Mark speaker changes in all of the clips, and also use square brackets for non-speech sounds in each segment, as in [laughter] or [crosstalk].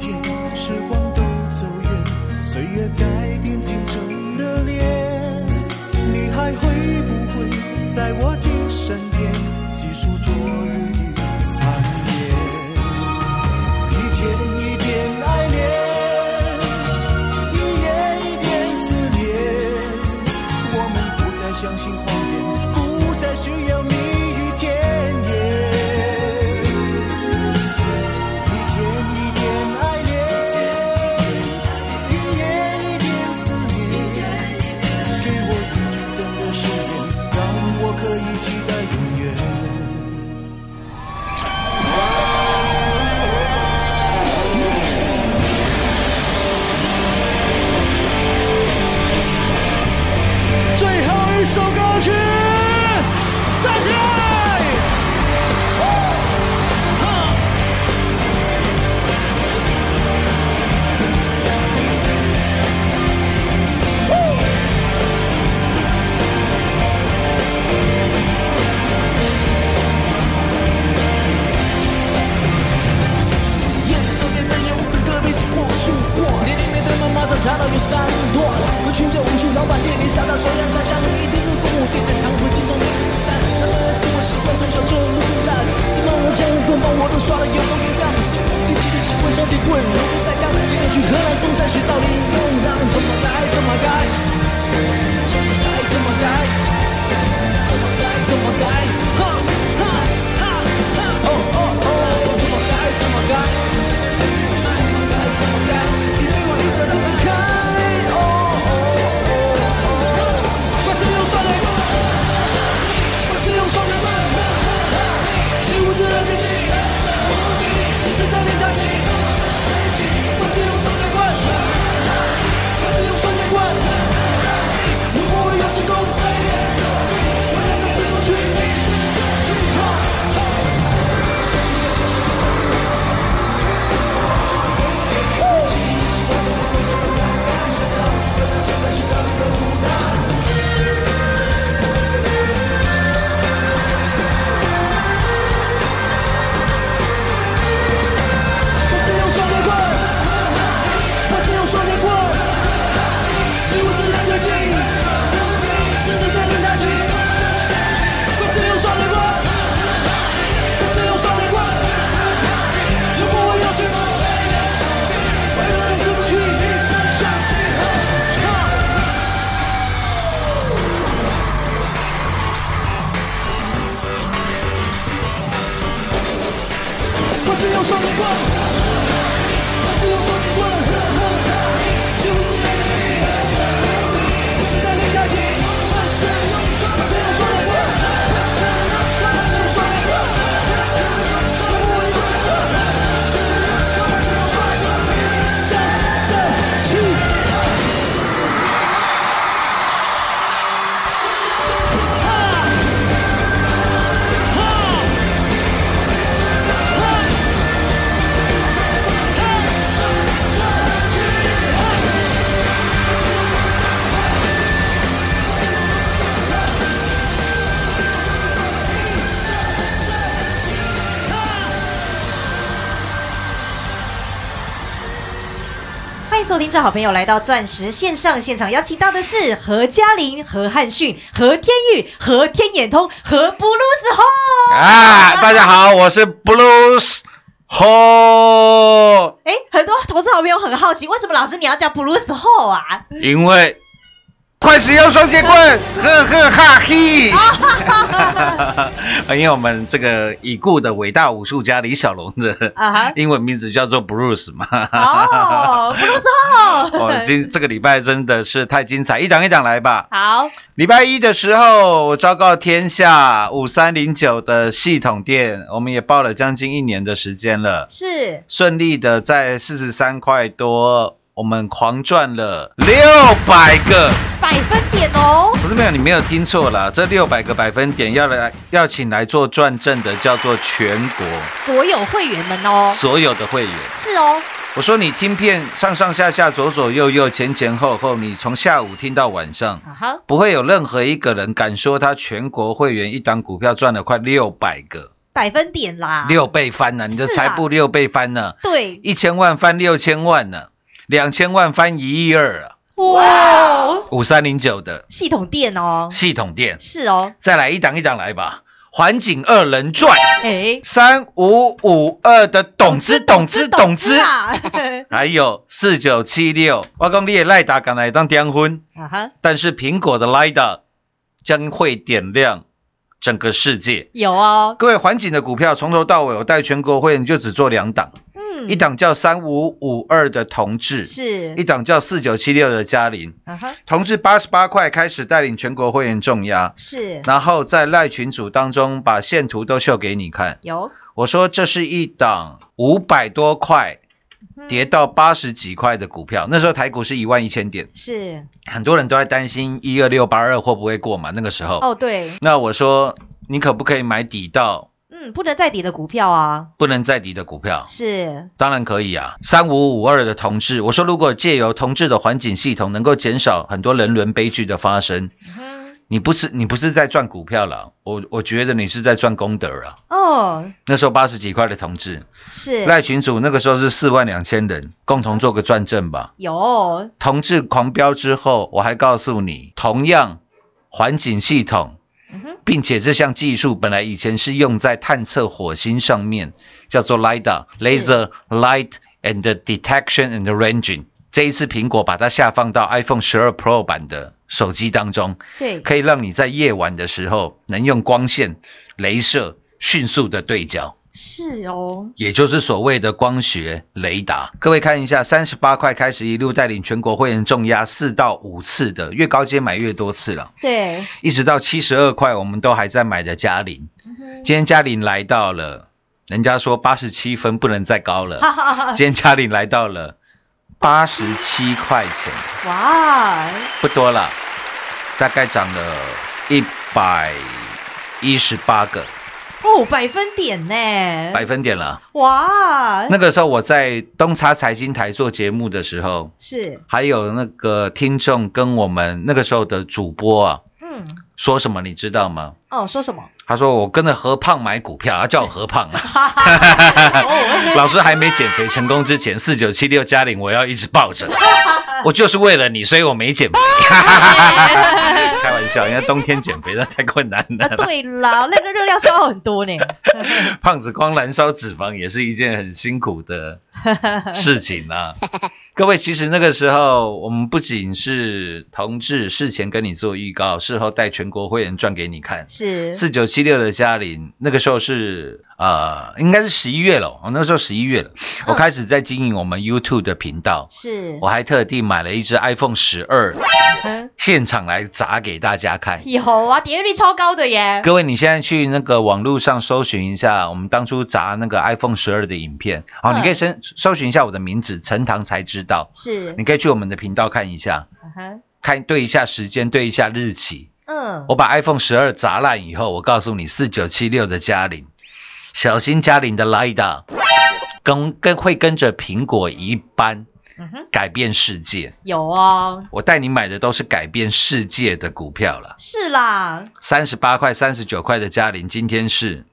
Speaker 1: 一天，时光都走远，岁月改变青春的脸。你还会不会在我的身边，细数昨日的残烟？一天一点爱恋，一夜一点思念。我们不再相信谎言，不再需要蜜语甜言。一天一点爱恋，一夜一点思念，给我一句真的誓言，让我可以期待永远。最后一首歌曲，再见。
Speaker 2: 眼上面的烟雾特别是火速过，店里面的门马上查到有三段，有群叫无趣，老板列宁傻大说要家乡，一定是动物界在常会镜中的比赛。他们的自我习惯从小就很烂，是让人家用棍棒我都刷了有容易让心，近期的习惯双截棍，容易带刚，也许荷兰松山学少林用让怎么来怎么改，怎么来怎么改，怎么来怎么改，哈哈哈哈，哦哦哦，怎么改怎么改。你对我一脚踢开，哦哦哦，我是用双腿，我是用双腿，是无知的天地，是谁在天堂？我是用双截棍，我是用双截棍，如果我有成功，我能够追过去，我是用双截棍，我是用双截棍，是无知的天地，是谁在天堂？我是用双截棍，我是用双截棍，如果我有去，我永远出不去，一生向前看。我是用双截棍，我是用双截棍，是无敌的力，是时代的代替。我是用双截棍，我是用双截棍，我是用双截棍，我是用双截棍，三三七。
Speaker 3: 欢迎收听众好朋友来到钻石线上现场，邀请到的是何嘉玲、何汉逊、何天玉、何天眼通、何布鲁斯吼。
Speaker 4: 啊，大家好，我是 Blues Ho，
Speaker 3: 哎，很多投资好朋友很好奇，为什么老师你要叫布鲁斯吼
Speaker 4: [laughs]
Speaker 3: 啊？
Speaker 4: 因为快使用双截棍，呵呵哈
Speaker 3: [laughs]
Speaker 4: 嘿。哎因为我们这个已故的伟大武术家李小龙的
Speaker 3: 啊哈
Speaker 4: 英文名字叫做 Bruce 嘛。 [laughs]
Speaker 3: 哦，布鲁斯吼。
Speaker 4: 我今这个礼拜真的是太精彩，一档一档来吧。
Speaker 3: [laughs] 好，
Speaker 4: 礼拜一的时候，我昭告天下五三零九的系统店，我们也报了将近一年的时间了。
Speaker 3: 是
Speaker 4: 顺利的在四十三块多，我们狂赚了六百个。
Speaker 3: 百分点哦，
Speaker 4: 不是没有，你没有听错啦，这六百个百分点要来要请来做转正的，叫做全国
Speaker 3: 所有会员们哦，
Speaker 4: 所有的会员。
Speaker 3: 是哦，
Speaker 4: 我说你听片上上下下左左右右前前后后，你从下午听到晚上，
Speaker 3: 啊哈，
Speaker 4: 不会有任何一个人敢说他全国会员一档股票赚了快六百个，
Speaker 3: 百分点啦，
Speaker 4: 六倍翻了，你
Speaker 3: 啊
Speaker 4: 的
Speaker 3: 是
Speaker 4: 财
Speaker 3: 啊
Speaker 4: 富六倍翻了，
Speaker 3: 对，
Speaker 4: 一千万翻六千万呢，两千万翻一亿二啊，
Speaker 3: 哇，
Speaker 4: 五三零九的
Speaker 3: 系统店哦，
Speaker 4: 系统店，
Speaker 3: 是哦，
Speaker 4: 再来一档一档来吧，环景二人转。
Speaker 3: 哎，
Speaker 4: 三五五二的董之董之董之，
Speaker 3: 啊， [laughs]
Speaker 4: 还有四九七六，我讲你的赖达敢来当巅婚，
Speaker 3: 啊哈，
Speaker 4: 但是苹果的赖达将会点亮整个世界。
Speaker 3: 有哦，
Speaker 4: 各位环景的股票从头到尾，我带全国会员就只做两档，
Speaker 3: 嗯，
Speaker 4: 一档叫三五五二的同志，
Speaker 3: 是
Speaker 4: 一档叫四九七六的嘉玲。
Speaker 3: 啊哈，
Speaker 4: 同志八十八块开始带领全国会员重压，
Speaker 3: 是
Speaker 4: 然后在赖群组当中把线图都秀给你看。
Speaker 3: 有
Speaker 4: 我说这是一档五百多块
Speaker 3: 嗯
Speaker 4: 跌到八十几块的股票，那时候台股是一万一千点，
Speaker 3: 是
Speaker 4: 很多人都在担心一二六八二会不会过嘛？那个时候，
Speaker 3: 哦，对，
Speaker 4: 那我说你可不可以买底到
Speaker 3: 嗯，不能再抵的股票啊，
Speaker 4: 不能再底的股票？
Speaker 3: 是
Speaker 4: 当然可以啊，三五五二的同志，我说如果借由同志的环境系统能够减少很多人伦悲剧的发生，
Speaker 3: 嗯
Speaker 4: 你不是你不是在赚股票了，我我觉得你是在赚功德啊。
Speaker 3: 哦，
Speaker 4: 那时候八十几块的同志，
Speaker 3: 是
Speaker 4: 赖群主那个时候是四万两千人，共同做个转正吧。
Speaker 3: 有
Speaker 4: 同志狂飙之后，我还告诉你，同样环境系统
Speaker 3: 嗯哼，
Speaker 4: 并且这项技术本来以前是用在探测火星上面，叫做 LIDAR
Speaker 3: 是
Speaker 4: (Laser Light and Detection and Ranging)。这一次苹果把它下放到 iPhone 十二 Pro 版的手机当中，
Speaker 3: 对，
Speaker 4: 可以让你在夜晚的时候能用光线、镭射迅速的对焦。
Speaker 3: 是哦，
Speaker 4: 也就是所谓的光学雷达。各位看一下，三十八块开始一路带领全国会员重压四到五次的，越高阶买越多次了，
Speaker 3: 对，
Speaker 4: 一直到七十二块，我们都还在买的嘉玲。今天嘉玲来到了，人家说八十七分不能再高了，
Speaker 3: 哈哈哈，
Speaker 4: 今天嘉玲来到了八十七块钱，
Speaker 3: 哇，
Speaker 4: 不多了，大概涨了一百一十八个
Speaker 3: 哦，百分点呢，
Speaker 4: 百分点了。
Speaker 3: 哇，
Speaker 4: 那个时候我在东差财经台做节目的时候，
Speaker 3: 是，
Speaker 4: 还有那个听众跟我们那个时候的主播啊，
Speaker 3: 嗯，
Speaker 4: 说什么你知道吗？
Speaker 3: 哦，说什么？
Speaker 4: 他说我跟着何胖买股票，他叫我何胖啊。
Speaker 3: 哈哈哈，哦，
Speaker 4: 老师还没减肥成功之前，四九七六加零我要一直抱着，我就是为了你，所以我没减肥。开玩笑，人家冬天减肥那太困难
Speaker 3: 啊，
Speaker 4: 了。
Speaker 3: 对啦，那个热量消耗很多呢，
Speaker 4: 胖子光燃烧脂肪也是一件很辛苦的事情
Speaker 3: [laughs]
Speaker 4: 啊。各位，其实那个时候，我们不仅是同志事前跟你做预告，事后带全国会员转给你看。 [laughs]
Speaker 3: 是，
Speaker 4: 四九七六的嘉玲，那个时候是呃，应该是十一月了，我、那时候十一月了，我开始在经营我们 YouTube 的频道，
Speaker 3: 是，
Speaker 4: 我还特地买了一只 iPhone 十二，
Speaker 3: 嗯
Speaker 4: 现场来砸给大家看。
Speaker 3: 有啊，点阅率超高的 [laughs] 耶，
Speaker 4: 各位，你现在去那个网络上搜寻一下我们当初砸那个 iPhone 十二的影片，好、
Speaker 3: 嗯
Speaker 4: 你可以搜搜寻一下我的名字陈唐才知道，
Speaker 3: 是，
Speaker 4: 你可以去我们的频道看一下，
Speaker 3: 嗯哼
Speaker 4: 看对一下时间，对一下日期。
Speaker 3: 嗯，
Speaker 4: 我把 iPhone 十二砸烂以后，我告诉你，四九七六的嘉玲，小心嘉玲的 LiDAR 跟跟会跟着苹果一般
Speaker 3: 嗯哼，
Speaker 4: 改变世界。
Speaker 3: 有哦，
Speaker 4: 我带你买的都是改变世界的股票了。
Speaker 3: 是啦，
Speaker 4: 三十八块、三十九块的嘉玲，今天是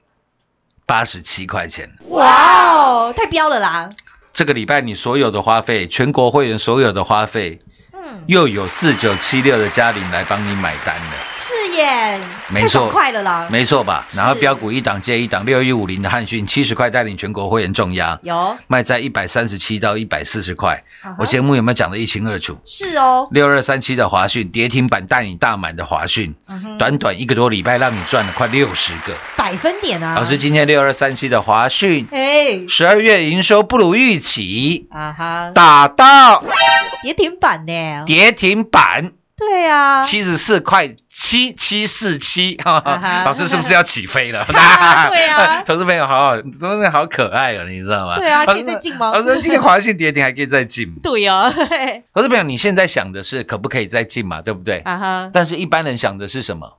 Speaker 4: 八十七块钱。
Speaker 3: 哇哦，太彪了啦，
Speaker 4: 这个礼拜你所有的花费，全国会员所有的花费，
Speaker 3: 嗯，
Speaker 4: 又有四九七六的嘉玲来帮你买单了，
Speaker 3: 是耶，
Speaker 4: 没
Speaker 3: 太爽
Speaker 4: 错
Speaker 3: 快了啦，
Speaker 4: 没错吧？
Speaker 3: 是
Speaker 4: 然后标股一档接一档，六一五零的汉讯七十块带领全国会员重压，
Speaker 3: 有，
Speaker 4: 卖在一百三十七到一百四十块。
Speaker 3: 嗯哼
Speaker 4: 我节目有没有讲得一清二楚？
Speaker 3: 是哦，
Speaker 4: 六二三七的华讯跌停板带你大满的华讯，
Speaker 3: 嗯哼，
Speaker 4: 短短一个多礼拜让你赚了快六十个。
Speaker 3: 百分点啊，
Speaker 4: 老师，今天六二三七的华讯
Speaker 3: 哎，
Speaker 4: 十二月营收不如预期，
Speaker 3: 啊哈，
Speaker 4: 打到
Speaker 3: 也挺板呢，
Speaker 4: 跌停板。
Speaker 3: 对对啊，
Speaker 4: 七十四块七七四七，哈
Speaker 3: 啊哈
Speaker 4: 哈老师是不是要起飞了？
Speaker 3: 对 [laughs] 啊
Speaker 4: [laughs] 投资朋友好好，投资朋友好可爱哦，你知道吗？
Speaker 3: 对啊
Speaker 4: 老
Speaker 3: 可以
Speaker 4: 师
Speaker 3: 再进吗？
Speaker 4: 老师，今天华讯跌停还可以再进吗
Speaker 3: [laughs] 对哦， [laughs] 嘿嘿
Speaker 4: 投资朋友，你现在想的是可不可以再进嘛，对不对？
Speaker 3: 啊哈，
Speaker 4: 但是一般人想的是什么？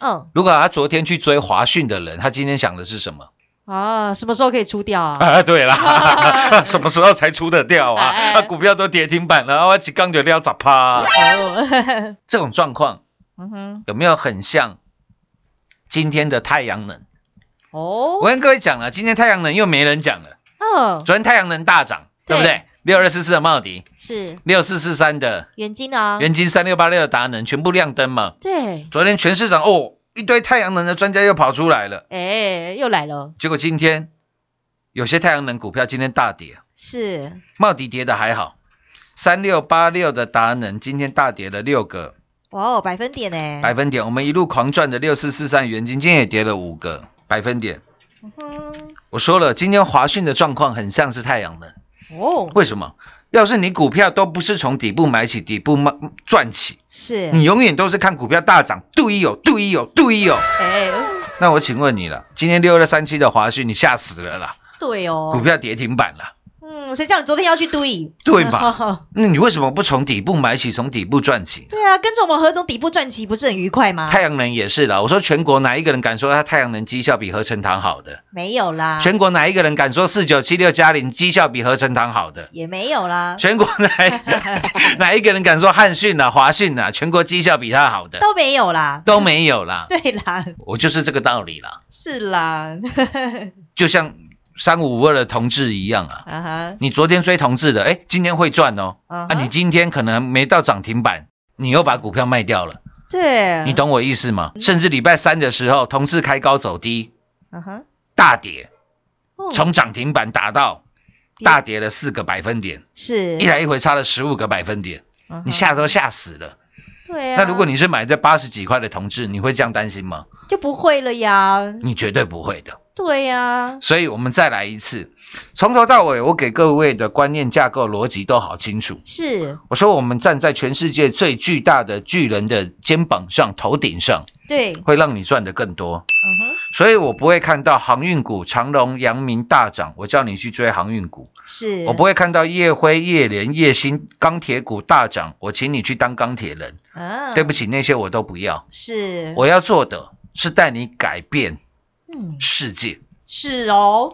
Speaker 3: 嗯，
Speaker 4: 如果他昨天去追华讯的人，他今天想的是什么？
Speaker 3: 啊，什么时候可以出掉啊？
Speaker 4: [laughs] 啊，
Speaker 3: [laughs]
Speaker 4: 对啦，什么时候才出得掉啊？
Speaker 3: 哎
Speaker 4: 啊，股票都跌停板了，我几刚就要砸趴。
Speaker 3: 哦， [laughs] 嘿嘿
Speaker 4: 这种状况
Speaker 3: 嗯哼，
Speaker 4: 有没有很像今天的太阳能？我
Speaker 3: 哦，
Speaker 4: 跟各位讲了，今天太阳能又没人讲了。
Speaker 3: 嗯，
Speaker 4: 昨天太阳能大涨，对不对？六二四四的茂迪，
Speaker 3: 是
Speaker 4: 六四四三的
Speaker 3: 元金啊，
Speaker 4: 元金，三六八六的达能，全部亮灯嘛。
Speaker 3: 对，
Speaker 4: 昨天全市场哦，一堆太阳能的专家又跑出来了。
Speaker 3: 哎，又来了，
Speaker 4: 结果今天有些太阳能股票今天大跌，
Speaker 3: 是，
Speaker 4: 茂迪跌的还好，三六八六的达能今天大跌了六个
Speaker 3: 哇哦，百分点呢，
Speaker 4: 百分点，我们一路狂赚的六四四三元金今天也跌了五个百分点。
Speaker 3: 嗯哼，
Speaker 4: 我说了，今天华讯的状况很像是太阳能，
Speaker 3: 哦，
Speaker 4: 为什么？要是你股票都不是从底部买起，底部卖赚起，
Speaker 3: 是，
Speaker 4: 你永远都是看股票大涨，对有对有对有。
Speaker 3: 哎，
Speaker 4: 那我请问你了，今天六二三七的华讯你吓死了啦，
Speaker 3: 对哦，
Speaker 4: 股票跌停板了。
Speaker 3: 嗯，谁叫你昨天要去堆？
Speaker 4: 对嘛那你为什么不从底部买起，从底部赚
Speaker 3: [laughs]
Speaker 4: 起？
Speaker 3: 对啊，跟着我们何总底部赚起，不是很愉快吗？
Speaker 4: 太阳能也是啦。我说全国哪一个人敢说他太阳能绩效比合成堂好的？
Speaker 3: 没有啦，
Speaker 4: 全国哪一个人敢说四九七六嘉陵绩效比合成堂好的？
Speaker 3: 也没有啦，
Speaker 4: [laughs] 全国哪一哪一个人敢说汉讯啦、华讯啦，全国绩效比他好的
Speaker 3: 都没有啦，
Speaker 4: 都没有啦？
Speaker 3: [laughs] 对啦，
Speaker 4: 我就是这个道理啦。
Speaker 3: 是啦，
Speaker 4: 就像三五五二的同志一样啊，
Speaker 3: 啊哈，
Speaker 4: 你昨天追同志的，哎，今天会赚哦。
Speaker 3: 啊
Speaker 4: 啊，你今天可能没到涨停板，你又把股票卖掉了。
Speaker 3: 对，
Speaker 4: 你，懂我意思
Speaker 3: 嗯
Speaker 4: 吗？甚至礼拜三的时候，同事开高走低，
Speaker 3: 啊哈，
Speaker 4: 大跌，
Speaker 3: 哦
Speaker 4: 从涨停板打到
Speaker 3: 跌
Speaker 4: 大跌了四个百分点，
Speaker 3: 是
Speaker 4: 一，来一回差了十五个百分点，
Speaker 3: 嗯哼
Speaker 4: 你吓都吓死了。
Speaker 3: 对啊，
Speaker 4: 那如果你是买在八十几块的同志，你会这样担心吗？
Speaker 3: 就不会了呀，
Speaker 4: 你绝对不会的。
Speaker 3: 对呀，
Speaker 4: 所以我们再来一次，从头到尾，我给各位的观念架构逻辑都好清楚。
Speaker 3: 是，
Speaker 4: 我说我们站在全世界最巨大的巨人的肩膀上、头顶上，
Speaker 3: 对，啊嗯
Speaker 4: 会让你赚得更多。
Speaker 3: 哼，
Speaker 4: 所以我不会看到航运股长荣、阳明大涨，我叫你去追航运股；
Speaker 3: 是，
Speaker 4: 我不，会看到夜辉、夜联、夜星钢铁股大涨，我请你去当钢铁人。
Speaker 3: 啊，
Speaker 4: 对不起，那些我都不要，
Speaker 3: 是，
Speaker 4: 我要做的是带你改变
Speaker 3: 嗯，
Speaker 4: 世界。
Speaker 3: 是哦，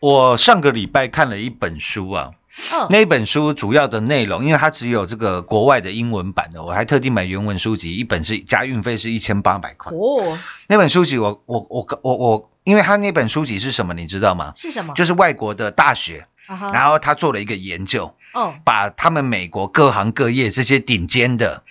Speaker 4: 我上个礼拜看了一本书啊，
Speaker 3: 嗯，
Speaker 4: 那本书主要的内容，因为它只有这个国外的英文版的，我还特地买原文书籍，一本是加运费是一千八百块。
Speaker 3: 哦，
Speaker 4: 那本书籍我我我我我，因为它那本书籍是什么，你知道吗？
Speaker 3: 是什么？
Speaker 4: 就是外国的大学，
Speaker 3: 啊哈，
Speaker 4: 然后他做了一个研究，
Speaker 3: 哦，
Speaker 4: 把他们美国各行各业这些顶尖的，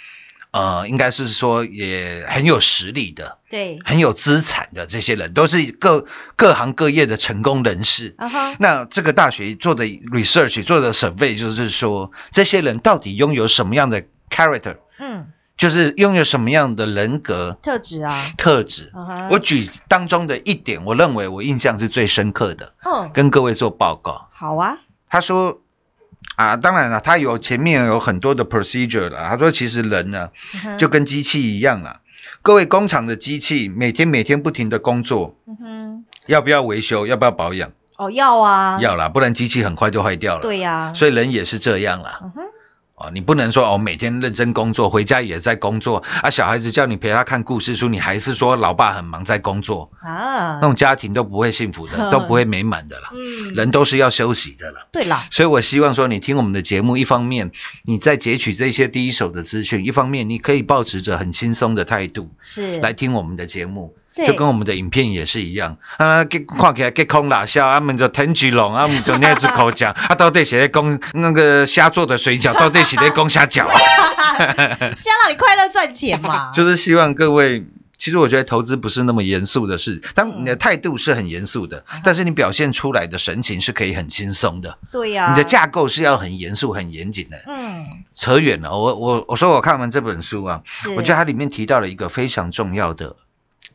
Speaker 4: 呃，应该是说也很有实力的、
Speaker 3: 对，
Speaker 4: 很有资产的这些人，都是各各行各业的成功人士。
Speaker 3: 啊 [laughs] 哈，
Speaker 4: 那这个大学做的 research 做的 survey 就是说，这些人到底拥有什么样的 character，
Speaker 3: 嗯，
Speaker 4: 就是拥有什么样的人格
Speaker 3: 特质啊，
Speaker 4: 特质。
Speaker 3: 啊哈，
Speaker 4: 我举当中的一点，我认为我印象是最深刻的，
Speaker 3: 嗯，
Speaker 4: 跟各位做报告。
Speaker 3: 好啊，
Speaker 4: 他说啊，当然了，他有前面有很多的 procedure 了。他说，其实人呢
Speaker 3: 嗯哼
Speaker 4: 就，跟机器一样了。各位工厂的机器每天每天不停的工作，
Speaker 3: 嗯哼，
Speaker 4: 要不要维修？要不要保养？
Speaker 3: 哦，要啊，
Speaker 4: 要啦，不然机器很快就坏掉了。
Speaker 3: 对、呀，
Speaker 4: 所以人也是这样啦。
Speaker 3: 嗯哼，
Speaker 4: 哦，你不能说哦，每天认真工作，回家也在工作啊。小孩子叫你陪他看故事书，你还是说老爸很忙在工作，
Speaker 3: 啊
Speaker 4: 那，种家庭都不会幸福的，都不会美满的啦。
Speaker 3: 嗯，
Speaker 4: [laughs] 人都是要休息的啦。
Speaker 3: 对啦，
Speaker 4: 所以我希望说，你听我们的节目，一方面你在截取这些第一手的资讯，一方面你可以保持着很轻松的态度
Speaker 3: 是，
Speaker 4: 来听我们的节目。
Speaker 3: 对
Speaker 4: 就跟我们的影片也是一样，啊，给看起来给空拉笑，他们就藤菊龙，啊他们就那只口
Speaker 3: [laughs]
Speaker 4: 讲，啊，到底谁在攻那个虾做的水饺，到底谁在攻虾
Speaker 3: [laughs]
Speaker 4: 饺、啊？
Speaker 3: 先让你快乐赚钱嘛，
Speaker 4: [laughs] 就是希望各位，其实我觉得投资不是那么严肃的事，当你的
Speaker 3: 嗯
Speaker 4: 态度是很严肃的，但是你表现出来的神情是可以很轻松的，
Speaker 3: 对呀，
Speaker 4: 你的，架构是要很严肃、很严谨的。
Speaker 3: 嗯，
Speaker 4: 扯远了，我我我说我看完这本书啊，
Speaker 3: 是，
Speaker 4: 我觉得它里面提到了一个非常重要的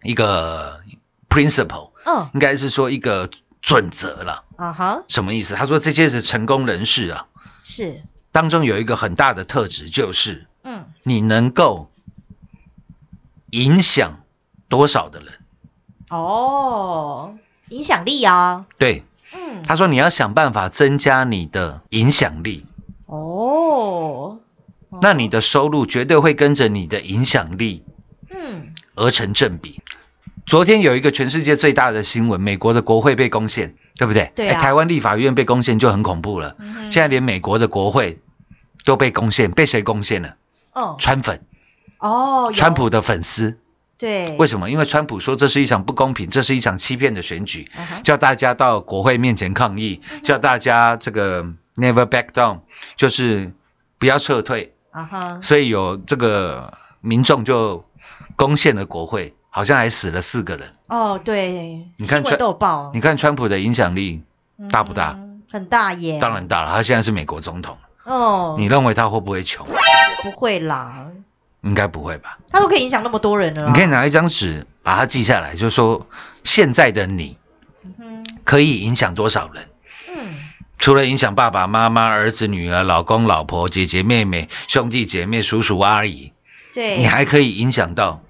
Speaker 4: 一个 principle，
Speaker 3: 嗯，
Speaker 4: 应该是说一个准则了。
Speaker 3: 啊哈，
Speaker 4: 什么意思？他说这些是成功人士啊，
Speaker 3: 是，
Speaker 4: 当中有一个很大的特质就是
Speaker 3: 嗯，
Speaker 4: 你能够影响多少的人？
Speaker 3: 哦，影响力啊，
Speaker 4: 对，
Speaker 3: 嗯，
Speaker 4: 他说你要想办法增加你的影响力，
Speaker 3: 哦，
Speaker 4: 那你的收入绝对会跟着你的影响力
Speaker 3: 嗯，
Speaker 4: 而成正比。昨天有一个全世界最大的新闻，美国的国会被攻陷，对不对？
Speaker 3: 对啊
Speaker 4: 哎台湾立法院被攻陷就很恐怖了，
Speaker 3: 嗯哼
Speaker 4: 现在连美国的国会都被攻陷，被谁攻陷了？
Speaker 3: 哦
Speaker 4: 川粉，
Speaker 3: 哦，有
Speaker 4: 川普的粉丝。
Speaker 3: 对，
Speaker 4: 为
Speaker 3: 什
Speaker 4: 什么？因为川普说这是一场不公平，这是一场欺骗的选举，
Speaker 3: 么？
Speaker 4: 叫大家到国会面前抗议，叫大家这个 never back down，就是不要撤退。
Speaker 3: 啊哈，
Speaker 4: 所以有这个民众就攻陷了国会，好像还死了四个人。
Speaker 3: 哦，对，
Speaker 4: 你
Speaker 3: 新
Speaker 4: 看
Speaker 3: 闻
Speaker 4: 川
Speaker 3: 都有报，
Speaker 4: 你看川普的影响力大不大？
Speaker 3: 嗯？很大耶，
Speaker 4: 当然大了，他现在是美国总统，
Speaker 3: 哦，
Speaker 4: 你认为他会不会穷？
Speaker 3: 不会啦，
Speaker 4: 应该不会吧？
Speaker 3: 他都可以影响那么多人了啦，
Speaker 4: 你可以拿一张纸把它记下来，就是说现在的你
Speaker 3: 嗯哼，
Speaker 4: 可以影响多少人？
Speaker 3: 嗯，
Speaker 4: 除了影响爸爸妈妈、儿子、女儿、老公、老婆、姐姐、妹妹、兄弟姐妹、叔叔、阿姨，
Speaker 3: 对
Speaker 4: 你，还可以影响到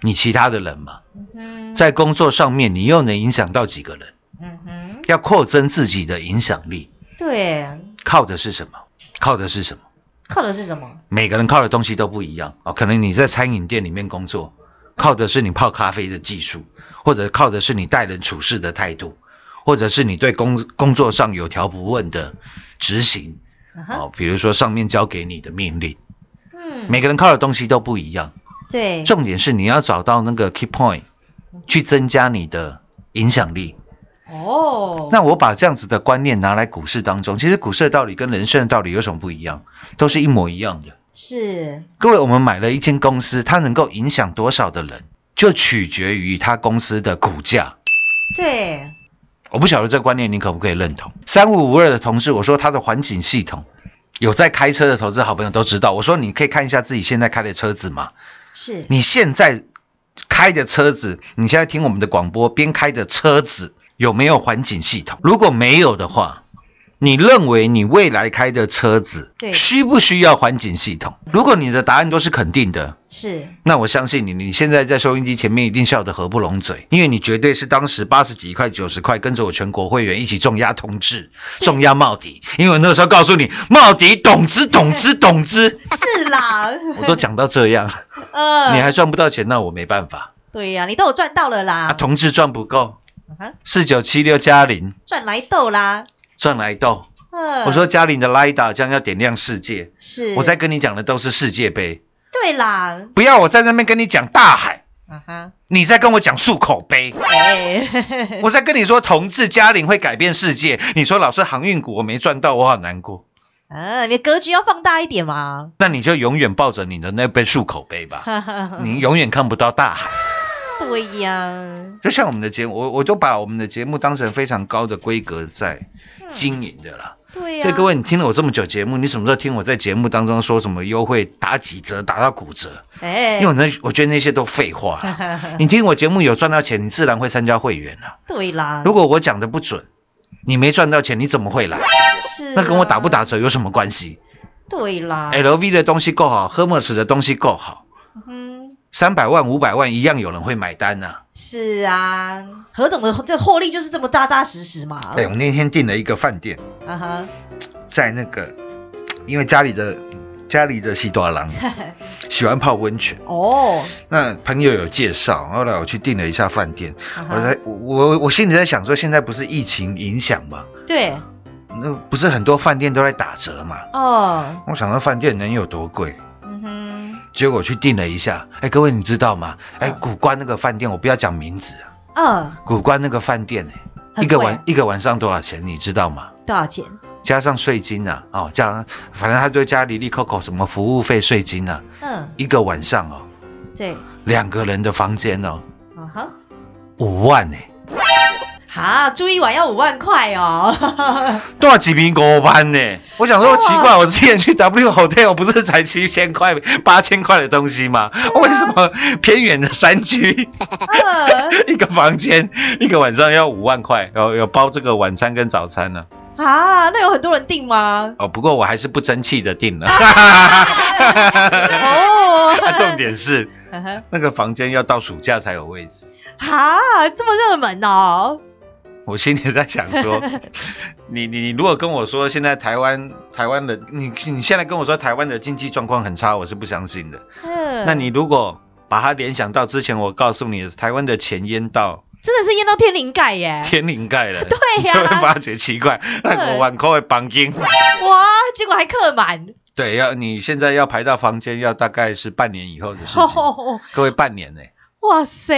Speaker 4: 你其他的人嘛？
Speaker 3: 嗯哼，
Speaker 4: 在工作上面，你又能影响到几个人？
Speaker 3: 嗯哼，
Speaker 4: 要扩增自己的影响力，
Speaker 3: 对，
Speaker 4: 靠的是什么？靠的是什么？
Speaker 3: 靠的是什么？
Speaker 4: 每个人靠的东西都不一样哦。可能你在餐饮店里面工作，靠的是你泡咖啡的技术，或者靠的是你待人处事的态度，或者是你对工工作上有条不紊的执行
Speaker 3: 啊哈，
Speaker 4: 哦。比如说上面交给你的命令，
Speaker 3: 嗯，
Speaker 4: 每个人靠的东西都不一样。
Speaker 3: 对，
Speaker 4: 重点是你要找到那个 key point，去增加你的影响力。
Speaker 3: 哦，
Speaker 4: 那我把这样子的观念拿来股市当中，其实股市的道理跟人生的道理有什么不一样？都是一模一样的。
Speaker 3: 是，
Speaker 4: 各位，我们买了一间公司，它能够影响多少的人，就取决于它公司的股价。
Speaker 3: 对，
Speaker 4: 我不晓得这个观念你可不可以认同？三五五二的同事，我说他的环境系统，有在开车的投资好朋友都知道。我说你可以看一下自己现在开的车子嘛，
Speaker 3: 是，
Speaker 4: 你现在开的车子，你现在听我们的广播边开的车子有没有环境系统？如果没有的话，你认为你未来开的车子
Speaker 3: 对
Speaker 4: 需不需要环境系统？如果你的答案都是肯定的， [laughs]
Speaker 3: 是，
Speaker 4: 那我相信你，你现在在收音机前面一定笑得合不拢嘴，因为你绝对是当时八十几块、九十块，跟着我全国会员一起重压同志、重压茂迪，因为我那时候告诉你，茂迪懂之、懂之、懂之，
Speaker 3: 是啦，
Speaker 4: 我都讲到这样，
Speaker 3: 呃，
Speaker 4: 你还赚不到钱，那我没办法。
Speaker 3: 对呀、你都有赚到了啦，
Speaker 4: 啊，同志赚不够
Speaker 3: 哼，
Speaker 4: 四九七六嘉玲
Speaker 3: 赚来豆啦，
Speaker 4: 赚来豆。
Speaker 3: 呃，
Speaker 4: 我说嘉玲的 Lida 将要点亮世界，
Speaker 3: 是，
Speaker 4: 我在跟你讲的都是世界杯，
Speaker 3: 对啦，
Speaker 4: 不要我在那边跟你讲大海，
Speaker 3: 啊哈，
Speaker 4: 你在跟我讲漱口杯，
Speaker 3: 哎、 [laughs]
Speaker 4: 我在跟你说同志嘉玲会改变世界，你说老师航运股我没赚到，我好难过，
Speaker 3: 呃，你的格局要放大一点嘛， [laughs]
Speaker 4: 那你就永远抱着你的那杯漱口杯吧，
Speaker 3: 哈哈哈
Speaker 4: 你永远看不到大海。
Speaker 3: 对呀、
Speaker 4: 就像我们的节目，我我都把我们的节目当成非常高的规格在经营的啦。
Speaker 3: 对呀、啊
Speaker 4: 所以各位，你听了我这么久节目，你什么时候听我在节目当中说什么优惠打几折、打到骨折？
Speaker 3: 哎、
Speaker 4: 因为我那我觉得那些都废话啦。你听我节目有赚到钱，你自然会参加会员了。
Speaker 3: [laughs] 对啦，
Speaker 4: 如果我讲的不准，你没赚到钱，你怎么会来？
Speaker 3: 嗯是、啊
Speaker 4: 那跟我打不？哎打折有什么关系
Speaker 3: 对啦，
Speaker 4: ？LV 的东西够好，Hermes 的东西够好，
Speaker 3: 嗯，
Speaker 4: 三百万、五百万一样有人会买单呐、
Speaker 3: 是啊，何总的这获利就是这么扎扎实实嘛，
Speaker 4: 对，哎我那天订了一个饭店，
Speaker 3: 啊哈， [laughs]
Speaker 4: 在那个，因为家里的家里的西多
Speaker 3: [laughs]
Speaker 4: 郎喜欢泡温泉。
Speaker 3: 哦，
Speaker 4: 那朋友有介绍，后来我去订了一下饭店，
Speaker 3: 啊
Speaker 4: 我
Speaker 3: 哈，
Speaker 4: 在我我我心里在想说，现在不是疫情影响吗？
Speaker 3: 对，
Speaker 4: 那不是很多饭店都在打折嘛？
Speaker 3: 哦，
Speaker 4: 我想到饭店能有多贵？
Speaker 3: 嗯哼，
Speaker 4: 结果我去订了一下，哎，各位你知道吗？哎，
Speaker 3: 嗯
Speaker 4: 古关那个饭店，我不要讲名字啊，
Speaker 3: 嗯，
Speaker 4: 古关那个饭店、哎，
Speaker 3: 很
Speaker 4: 一个
Speaker 3: 贵啊
Speaker 4: 晚一个晚上多少钱？你知道吗？
Speaker 3: 多少钱？
Speaker 4: 加上税金啊，哦，加上反正他对加里利扣扣什么服务费、税金啊，
Speaker 3: 嗯，
Speaker 4: 一个晚上哦，
Speaker 3: 对，
Speaker 4: 两个人的房间哦，
Speaker 3: 啊哈。
Speaker 4: 五万哎、
Speaker 3: 哈，住一晚要五万块哦。 [laughs]
Speaker 4: 多少几瓶国班呢？我想说
Speaker 3: 哇
Speaker 4: 奇怪，我之前去 W Hotel 不是才七千块、八千块的东西吗？为什么偏远的山区 [laughs]
Speaker 3: 嗯，
Speaker 4: 一个房间一个晚上要五万块，然后有包这个晚餐跟早餐呢、
Speaker 3: 啊，那有很多人订
Speaker 4: [laughs]
Speaker 3: 吗？
Speaker 4: 哦，不过我还是不争气的订了。 [laughs]
Speaker 3: 哦，
Speaker 4: 啊重点是
Speaker 3: 呵 [laughs] 呵，
Speaker 4: 那个房间要到暑假才有位置。
Speaker 3: 啊，这么热门哦，
Speaker 4: 我心里在想说，你你你如果跟我说现在台湾台湾的你你现在跟我说台湾的经济状况很差，我是不相信的。
Speaker 3: 嗯，
Speaker 4: 那你如果把它联想到之前我告诉你的台湾的钱淹到
Speaker 3: 真的是淹到天灵盖耶！
Speaker 4: 天灵盖了，
Speaker 3: [laughs] 对啊
Speaker 4: [laughs]
Speaker 3: 呀
Speaker 4: 你就会发觉奇怪，那我万块的绑金，
Speaker 3: 哇，结果还客满，
Speaker 4: 对，要你现在要排到房间要大概是半年以后的事情，
Speaker 3: 哦，
Speaker 4: 各位半年呢、
Speaker 3: 哇塞，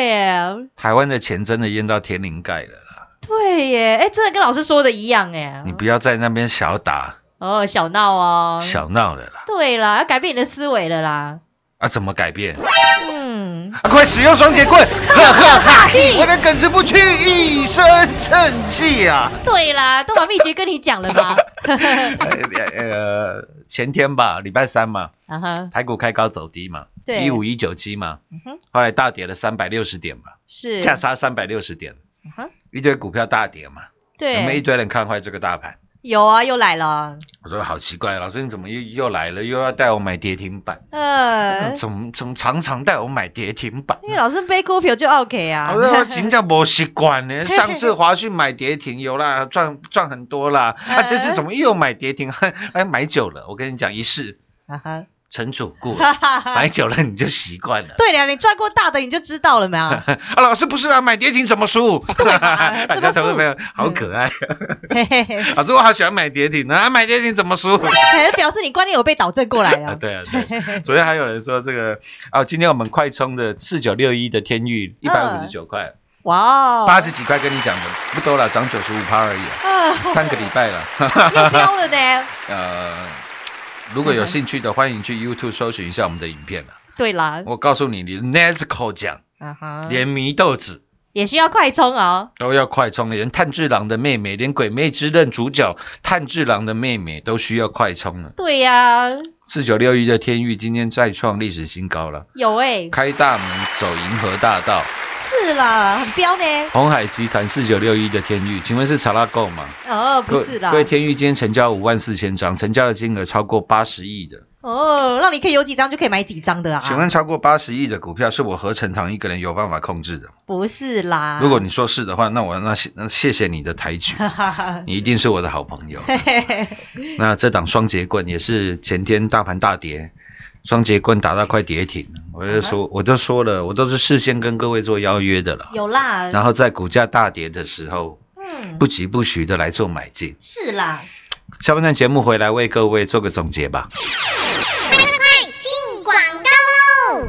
Speaker 4: 台湾的钱真的淹到天灵盖了啦，
Speaker 3: 对耶，哎，真的跟老师说的一样哎，
Speaker 4: 你不要在那边小打
Speaker 3: 哦，小闹哦，
Speaker 4: 小闹了啦，
Speaker 3: 对啦，要改变你的思维了啦，
Speaker 4: 啊，怎么改变？
Speaker 3: 嗯，
Speaker 4: 啊、快使用双节
Speaker 3: [laughs]
Speaker 4: 棍！哈哈哈！我的耿直不屈，一身正气啊！
Speaker 3: 对啦，都把秘诀跟你讲了
Speaker 4: [laughs]
Speaker 3: 吧？
Speaker 4: 哎呃，前天吧，礼拜三嘛，
Speaker 3: 啊哈，
Speaker 4: 台股开高走低嘛，
Speaker 3: 对嗯
Speaker 4: 一五一九七嘛，
Speaker 3: 哼
Speaker 4: 后来大跌了三百六十点嘛，
Speaker 3: 是，
Speaker 4: 价差三百六十点
Speaker 3: 哼，
Speaker 4: 一堆股票大跌嘛，我们一
Speaker 3: 对，
Speaker 4: 堆人看坏这个大盘。
Speaker 3: 有啊，又来了，
Speaker 4: 我说好奇怪，老师你怎么又又来了，又要带我买跌停板？
Speaker 3: 呃，哎
Speaker 4: 怎么怎么常常带我买跌停板？
Speaker 3: 因为老师背股票就 OK 啊
Speaker 4: 我，说我真正没习惯呢。上次华讯买跌停有啦，赚赚很多啦。啊，这次怎么又买跌停？ [laughs] 哎，买久了，我跟你讲，一试
Speaker 3: [laughs] 啊哈，
Speaker 4: 成主顾
Speaker 3: [laughs]
Speaker 4: 了，
Speaker 3: 哈哈哈
Speaker 4: 买久了你就习惯了。
Speaker 3: [laughs] 对了，你赚过大的你就知道了
Speaker 4: [laughs]
Speaker 3: 嘛。
Speaker 4: 啊，老师不是啊，买跌停怎么输？
Speaker 3: 嘛
Speaker 4: [laughs] 大
Speaker 3: 怎么
Speaker 4: 家
Speaker 3: 输
Speaker 4: 投资朋友好可爱。
Speaker 3: 嘿嘿嘿，
Speaker 4: [laughs] 老师我好喜欢买跌停啊，买跌停怎么输？
Speaker 3: 可能表示你观念有被导正过来
Speaker 4: 啊，
Speaker 3: 了。
Speaker 4: [laughs] 对啊，对。昨天还有人说这个哦，今天我们快充的四九六一的天域一百五十九块，
Speaker 3: 哇哦，
Speaker 4: 八十几块跟你讲的不多了，涨九十五趴而已
Speaker 3: [laughs]
Speaker 4: 啊，
Speaker 3: 啊，
Speaker 4: 三个礼拜 [laughs] 了。
Speaker 3: 目标了呢。
Speaker 4: 呃，如果有兴趣的，欢迎去 YouTube 搜寻一下我们的影片啦。
Speaker 3: 对啦，
Speaker 4: 我告诉你，你 Nesco 奖，
Speaker 3: 啊哈，
Speaker 4: 连祢豆子
Speaker 3: 也需要快充哦。
Speaker 4: 都要快充，连炭治郎的妹妹，连鬼灭之刃主角炭治郎的妹妹都需要快充了。
Speaker 3: 对呀、
Speaker 4: 四九六一的天域今天再创历史新高了，
Speaker 3: 有哎、
Speaker 4: 开大门走银河大道，
Speaker 3: 是啦，很标呢。
Speaker 4: 红海集团四九六一的天域，请问是查拉购吗？
Speaker 3: 哦，不是啦
Speaker 4: 各，位天域今天成交五万四千张，成交的金额超过八十亿的。
Speaker 3: 哦，让你可以有几张就可以买几张的啊。
Speaker 4: 请问超过八十亿的股票是我合成堂一个人有办法控制的吗？
Speaker 3: 不是啦？[laughs]
Speaker 4: 如果你说是的话，那我那谢那谢谢你的抬举，
Speaker 3: 哈哈哈，
Speaker 4: 你一定是我的好朋友。
Speaker 3: 嘿嘿嘿
Speaker 4: 那这档双节棍也是前天大盘大跌，双节棍打到快跌停，我就说我都说了，我都是事先跟各位做邀约的了。
Speaker 3: 嗯有啦，
Speaker 4: 然后在股价大跌的时候，
Speaker 3: 嗯，
Speaker 4: 不急不徐的来做买进。
Speaker 3: 是啦，
Speaker 4: 下半段节目回来为各位做个总结吧。
Speaker 5: 进广告喽。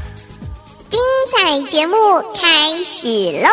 Speaker 5: 彩节目开始喽！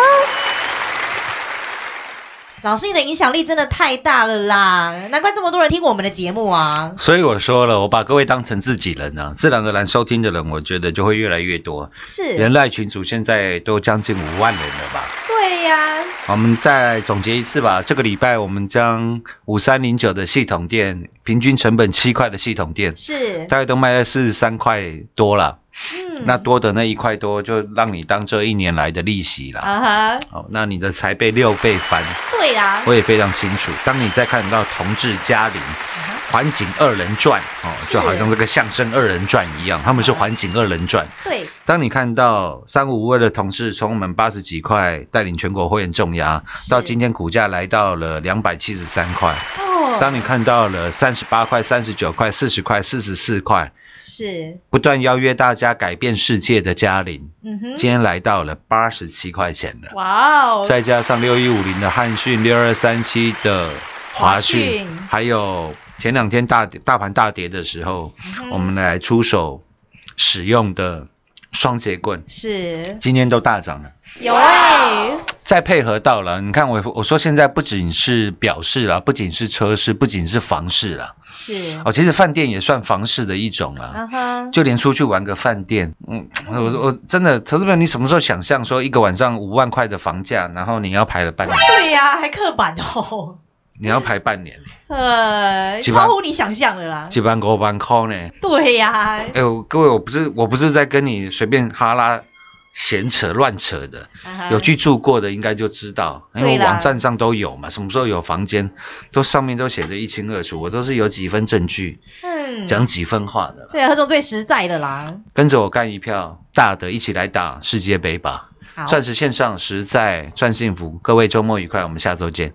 Speaker 3: 老师你的影响力真的太大了啦，难怪这么多人听我们的节目啊。
Speaker 4: 所以我说了，我把各位当成自己人呢、自然而然收听的人，我觉得就会越来越多。
Speaker 3: 是
Speaker 4: 人，赖群组现在都将近五万人了吧？
Speaker 3: 对呀、
Speaker 4: 我们再总结一次吧。这个礼拜我们将五三零九的系统店，平均成本七块的系统店，
Speaker 3: 是，
Speaker 4: 大概都卖在四十三块多了。
Speaker 3: 嗯
Speaker 4: 那多的那一块多，就让你当这一年来的利息啦。
Speaker 3: 啊哈，
Speaker 4: 好，那你的才被六倍翻，
Speaker 3: 对啦，
Speaker 4: 我也非常清楚。当你再看到同志嘉玲、环景二人转哦，
Speaker 3: 嗯是嗯
Speaker 4: 就好像这个相声二人转一样，他们是环景二人转。
Speaker 3: 对，
Speaker 4: 当你看到三五五二的同事从我们八十几块带领全国会员重压，
Speaker 3: 是
Speaker 4: 到今天股价来到了两百七十三块。
Speaker 3: 哦，
Speaker 4: 当你看到了三十八块、三十九块、四十块、四十四块，
Speaker 3: 是，
Speaker 4: 不断邀约大家改变世界的嘉玲，
Speaker 3: 嗯哼，
Speaker 4: 今天来到了八十七块钱了，
Speaker 3: 哇哦，
Speaker 4: 再加上六一五零的汉讯，六二三七的华
Speaker 3: 华
Speaker 4: 讯
Speaker 3: 讯，
Speaker 4: 还有前两天大跌大盘大跌的时候，
Speaker 3: 嗯
Speaker 4: 我们来出手使用的双节棍，
Speaker 3: 是
Speaker 4: 今天都大涨了。
Speaker 3: 有哎、
Speaker 4: 再配合到了，你看我我说现在不仅是表示啦，不仅是车市，不仅是房市啦，
Speaker 3: 是，
Speaker 4: 哦，其实饭店也算房市的一种啦。
Speaker 3: 嗯哼，
Speaker 4: 就连出去玩个饭店，嗯，我我真的，投资朋友，你什么时候想象说一个晚上五万块的房价，然后你要排了半年，
Speaker 3: 对呀、还刻板哦，
Speaker 4: 你要排半年，
Speaker 3: 呃，
Speaker 4: 几万
Speaker 3: 超乎你想象的啦，
Speaker 4: 几万五万块呢？
Speaker 3: 对呀、啊
Speaker 4: 哎呦，各位，我不是我不是在跟你随便哈拉闲扯乱扯的，
Speaker 3: 嗯哼
Speaker 4: 有去住过的应该就知道，因
Speaker 3: 对
Speaker 4: 为
Speaker 3: 啦
Speaker 4: 网站上都有嘛，什么时候有房间，都上面都写得一清二楚，我都是有几分证据，
Speaker 3: 嗯，
Speaker 4: 讲几分话的啦。
Speaker 3: 对啊，何总最实在的啦，
Speaker 4: 跟着我干一票大的，一起来打世界杯吧！
Speaker 3: 好，
Speaker 4: 钻石线上实在赚幸福，各位周末愉快，我们下周见。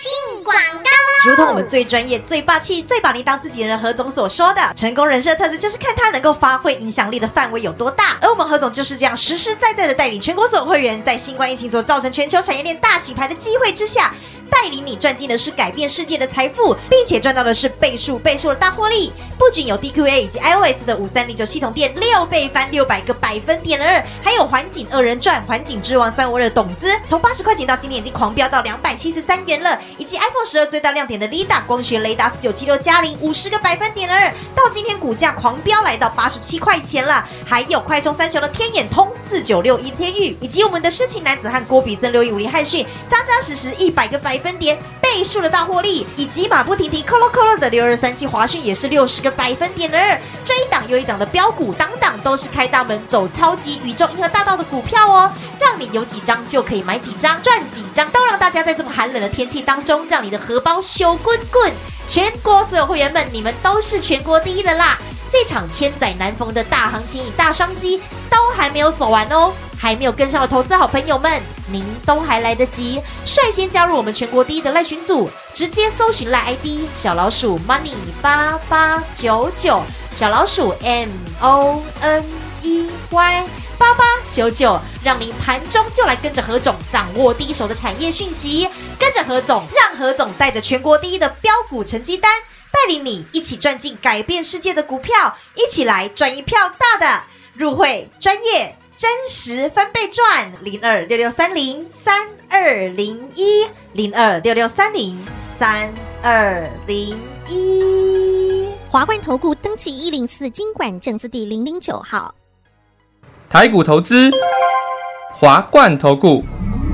Speaker 5: 进广告
Speaker 3: 如同我们最专业、最霸气、最把你当自己人何总所说的，成功人生特质就是看他能够发挥影响力的范围有多大。而我们何总就是这样实实在在的带领全国所有会员，在新冠疫情所造成全球产业链大洗牌的机会之下，带领你赚进的是改变世界的财富，并且赚到的是倍数倍数的大获利。不仅有 DQA 以及 iOS 的五三零九系统店六倍翻六百个百分点二，还有环景二人转、环景之王三五二的董资，从八十块钱到今天已经狂飙到两百七十三元了，以及 iPhone 十二最大亮点的 Lida 光学雷达四九七六加零五十个百分点二，到今天股价狂飙来到八十七块钱了，还有快充三雄的天眼通四九六一天域，以及我们的诗情男子汉郭比森六一五零汉逊，扎扎实实一百个百分点倍数的大获利，以及马不停蹄扣 o 扣 o 的六二三七华讯也是六十个百分点二，这一档又一档的标股，档档都是开大门走超级宇宙银河大道的股票哦，让你有几张就可以买几张，赚几张，都让大家在这么寒冷的天气当中，让你的荷包羞滚滚。全国所有会员们，你们都是全国第一的啦！这场千载难逢的大行情与大商机都还没有走完哦，还没有跟上的投资好朋友们，您都还来得及，率先加入我们全国第一的赖群组，直接搜寻赖 ID 小老鼠 money 八八九九，小老鼠 m o n e y 八八九九，让您盘中就来跟着何总掌握第一手的产业讯息，跟着何总，让何总带着全国第一的标股成绩单，带领你一起赚进改变世界的股票，一起来赚一票大的，入会专业。真实翻倍赚零二六六三零三二零一零二六六三零三二零一。
Speaker 5: 华冠投顾登记一零四经管证字第零零九号。
Speaker 6: 台股投资，华冠投顾，